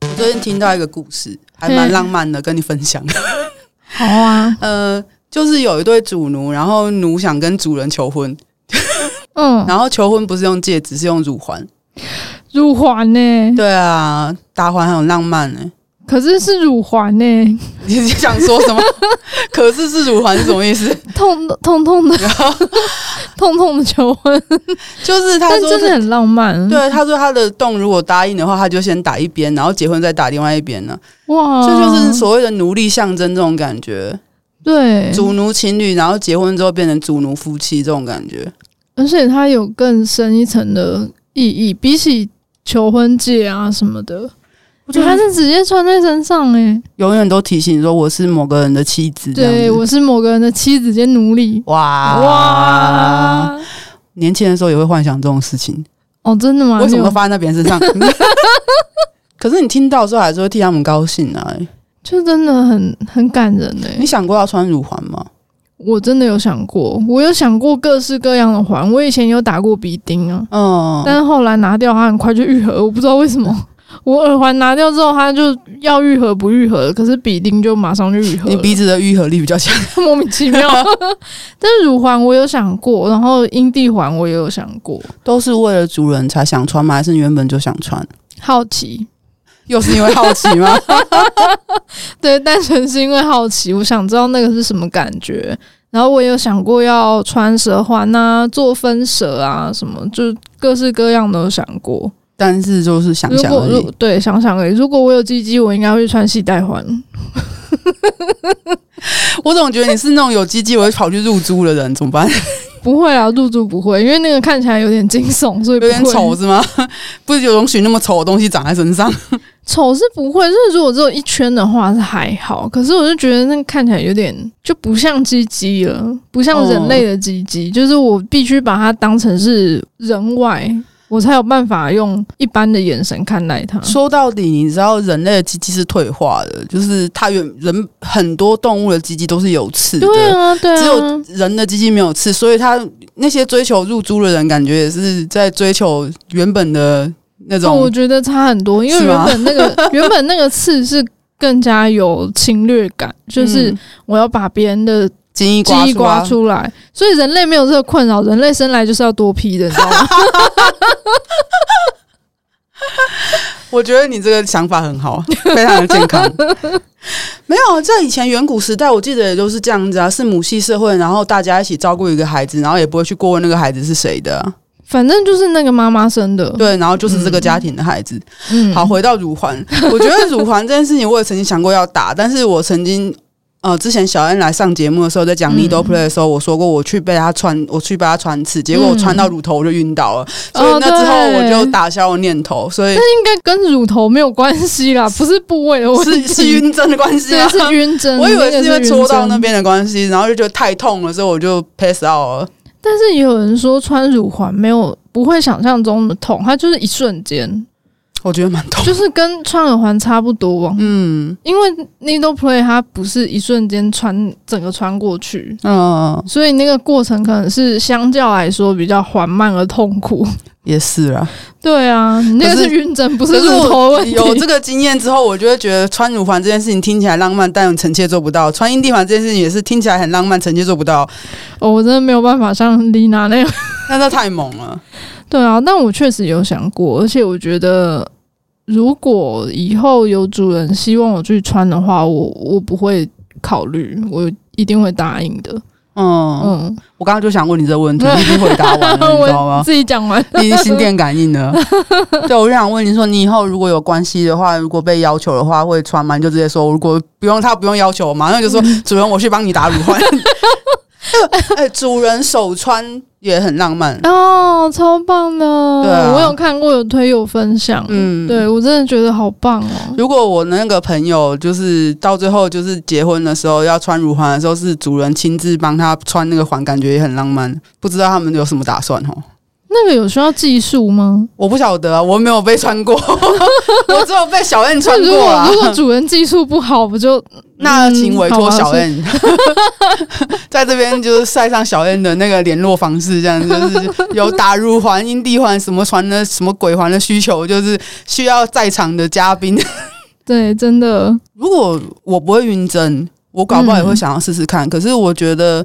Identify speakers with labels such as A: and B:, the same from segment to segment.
A: 我最近听到一个故事，还蛮浪漫的，跟你分享。
B: 好啊，
A: 呃，就是有一对主奴，然后奴想跟主人求婚，
B: 嗯，
A: 然后求婚不是用戒指，是用乳环。
B: 乳环呢、
A: 对啊，打环很浪漫呢、
B: 可是是乳环呢、
A: 你是想说什么？ 可是是乳环是什么意思？
B: 痛痛痛的， 痛痛的求婚，
A: 就是他
B: 但
A: 说
B: 真的
A: 是。
B: 很浪漫，
A: 对，他说他的洞如果答应的话，他就先打一边，然后结婚再打另外一边呢。
B: 哇，
A: 这就是所谓的奴隶象征这种感觉，
B: 对，
A: 主奴情侣，然后结婚之后变成主奴夫妻这种感觉。
B: 而且它有更深一层的意义，比起求婚戒啊什么的，我觉得它是直接穿在身上哎、
A: 永远都提醒说我是某个人的妻子欸这样子。啊
B: 对我是某个人的妻子兼奴隶，
A: 哇哇！
B: 哇，
A: 年轻的时候也会幻想这种事情，
B: 哦，真的吗？
A: 为什么
B: 你
A: 会
B: 有
A: 发在那别人 身上？可是你听到的时候还是会替他们高兴啊！
B: 就真的很很感人哎、
A: 你想过要穿乳环吗？
B: 我真的有想过，我有想过各式各样的环，我以前有打过鼻钉啊，
A: 嗯，
B: 但是后来拿掉它很快就愈合，我不知道为什么。我耳环拿掉之后，它就要愈合不愈合，可是鼻钉就马上就愈合了。
A: 你鼻子的愈合力比较 强。
B: 莫名其 妙。但是乳环我有想过，然后阴蒂环我也有想过，
A: 都是为了主人才想穿吗？还是你原本就想穿？
B: 好奇。
A: 又是因为好奇 吗？
B: 对，单纯是因为好奇，我想知道那个是什么感觉。然后我也有想过要穿蛇环啊，做分蛇啊，什么，就各式各样都有想过。
A: 但是就是想
B: 如
A: 想
B: 果
A: 而
B: 如
A: 已。
B: 对想想而已，如果我有鸡鸡，我应该会穿系带环。
A: 我总觉得你是那种有鸡鸡我会跑去入猪的人，怎么办？
B: 不会啊，入住不会，因为那个看起来有点惊悚，所以
A: 有
B: 不会
A: 点丑是吗？不容许那么丑的东西长在身上。
B: 丑是不会，就是如果只有一圈的话是还好，可是我就觉得那看起来有点就不像鸡鸡了，不像人类的鸡
A: 哦
B: 鸡，就是我必须把它当成是人外，我才有办法用一般的眼神看待它。
A: 说到底，你知道人类的鸡鸡是退化的，就是它原人很多动物的鸡鸡都是有刺的，
B: 对啊，对啊，
A: 只有人的鸡鸡没有刺，所以它那些追求入猪的人，感觉也是在追求原本的那
B: 哦我
A: 种。
B: 觉得差很多，因为
A: 是
B: 原
A: 吗
B: 本 那个原本那个刺是更加有侵略感，就是
A: 嗯
B: 我要把别人的
A: 精益
B: 记
A: 刮
B: 忆
A: 出啊
B: 刮出来，所以人类没有这个困扰，人类生来就是要多批的，你知道吗？
A: 我觉得你这个想法很好， 非常的健 康。没有，啊在以前远古时代，我记得也都是这样子啊，是母系社会，然后大家一起照顾一个孩子，然后也不会去过问那个孩子是谁的啊、
B: 反正就是那个妈妈生的。
A: 对，然后就是这个家庭的孩子。
B: 嗯，
A: 好，，回到乳环， 我觉得乳环这件事情，我也曾经想过要打，但是我曾经。呃，之前小恩来上节目的时候，在
B: 嗯
A: 讲 Nido Play 的时候，我说过我去被他穿，我去被他穿刺，结果我穿到乳头我就晕倒了，所以
B: 嗯哦
A: 那之后我
B: 对
A: 就打消了念头，所以
B: 应该跟乳头没有关系啦，不是部位的问
A: 是
B: 题，
A: 是晕针的关系
B: 对，
A: 啊。
B: 是晕针。
A: 我以为
B: 那个
A: 是
B: 是
A: 因为戳到那
B: 晕针，
A: 边的关系，然后就觉得太痛了，所以我就 pass out 了。
B: 但是也有人说穿乳环没有不会想象中的痛，它就是一 瞬间，
A: 我觉得蛮痛，
B: 就是跟穿耳环差不多。嗯，因为 needle play 它不是一瞬间穿整个穿过去。
A: 嗯，
B: 所以那个过程可能是相较来说比较缓慢而痛苦，
A: 也是啦。
B: 对啊，你那个
A: 可是
B: 是晕针，不
A: 可是
B: 乳头
A: 我
B: 问题。
A: 有这个经验之后，我就会觉得穿乳环这件事情听起来浪漫，但臣妾做不到；穿阴蒂环这件事情也是听起来很浪漫，臣妾做不到。
B: 哦，我真的没有办法像丽娜那样。
A: 但那太猛了，
B: 对啊，但我确实有想过，而且我觉得，如果以后有主人希望我去穿的话，我我不会考虑，我一定会答应的。
A: 嗯，
B: 嗯，
A: 我刚刚就想问你这个问题，你已经回答完 了，你知道
B: 我
A: 吗？
B: 自己讲完。
A: 你已经心电感应了。对，我就想问你说，你以后如果有关系的话，如果被要求的话，会穿吗？你就直接说，如果不用他不用要求，马上就说、主人，我去帮你打乳环。 哎、主人手穿也很浪漫，
B: 哦，超棒的！
A: 对啊
B: 我有看过有推友分享，
A: 嗯
B: 对我真的觉得好 棒哦。
A: 如果我那个朋友就是到最后就是结婚的时候要穿乳环的时候，是主人亲自帮他穿那个环，感觉也很浪漫。不知道他们有什么打算哦？
B: 那个有需要技术吗？
A: 我不晓得啊，我没有被穿过， 我只有被小燕穿
B: 如
A: 过
B: 果
A: 啊
B: 如。果主人技术不好，不就
A: 那请委托小
B: 嗯好吧
A: 燕， 在这边就是晒上小燕的那个联络方式，这样就是有打乳环、阴蒂环什么环的什么鬼环的需求，就是需要在场的嘉宾
B: 对，真的，
A: 如果我不会晕针，我搞不好也会想要试试
B: 嗯
A: 看。可是我觉得，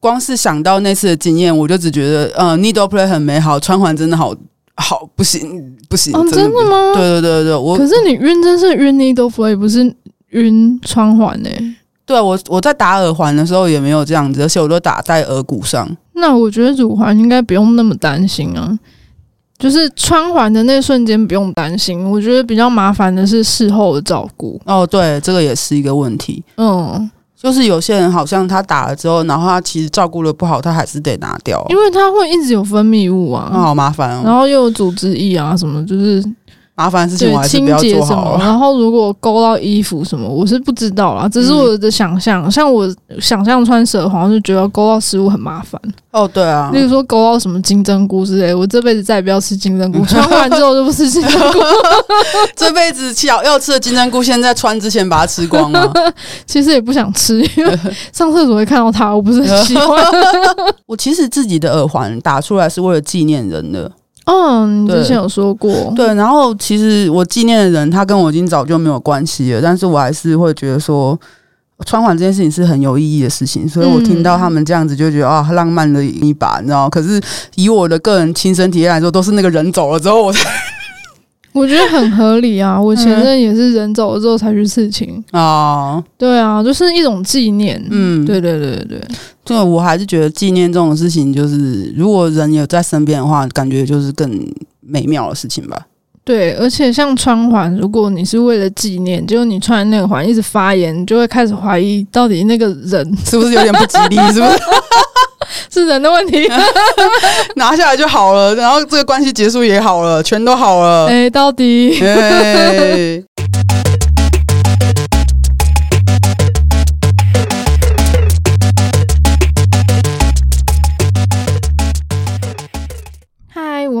A: 光是想到那次的经验，我就只觉得，呃，needle play 很美好，穿环真的好好不行不行，
B: 哦，
A: 真的
B: 真
A: 不
B: 的
A: 行。
B: 吗？
A: 对对对对，我
B: 可是你晕针是晕 needle play，不是晕穿环欸诶、
A: 对我我在打耳环的时候也没有这样子，而且我都打在耳骨上。
B: 那我觉得乳环应该不用那么担心啊，就是穿环的那瞬间不用担心。我觉得比较麻烦的是事后的照顾。
A: 哦，对，这个也是一个问题。
B: 嗯，
A: 就是有些人好像他打了之后，然后他其实照顾的不好，他还是得拿掉，
B: 因为它会一直有分泌物
A: 那
B: 啊，
A: 好麻烦
B: 然
A: 哦，
B: 后又有组织液啊什么，就是
A: 麻烦的事情我
B: 对
A: 还是
B: 清
A: 不要
B: 洁
A: 做
B: 什么
A: 好。。了。
B: 然后如果勾到衣服什么，我是不知道啦，只
A: 嗯
B: 是我的想象。像我想象穿蛇环，我就觉得勾到食物很麻烦。
A: 哦，对啊
B: 例，如说勾到什么金针菇之类，我这辈子再也不要吃金针 菇，穿完之后就不吃金针菇。
A: 这辈子要要吃的金针菇，现在穿之前把它吃光了。
B: 其实也不想吃，因为上厕所会看到它，我不是 很喜欢。
A: 我其实自己的耳环打出来是为了纪念人的，
B: 嗯，你
A: 对
B: 之前有说过，
A: 对。然后其实我纪念的人，他跟我已经早就没有关系了，但是我还是会觉得说。穿环这件事情是很有意义的事情，所以我听到他们这样子就
B: 嗯
A: 觉得、啊，浪漫了一把，你知道？可是以我的个人亲身体验来说，都是那个人走了之后，我才
B: 我觉得很合理啊。
A: 嗯
B: 我前任也是人走了之后才去刺青，
A: 啊，
B: 对啊，就是一种纪念。
A: 嗯
B: 对对对对对，
A: 对，我还是觉得纪念这种事情，就是如果人有在身边的话，感觉就是更美妙的事情吧。
B: 对，而且像穿环，如果你是为了纪念，结果你穿那个环一直发炎，你就会开始怀疑到底那个人
A: 是不是有点不吉利？是不是
B: 是人的问题。
A: 拿下来就好了，然后这个关系结束也好了，全都好了。
B: 哎、到底
A: 哎
B: 嗨，我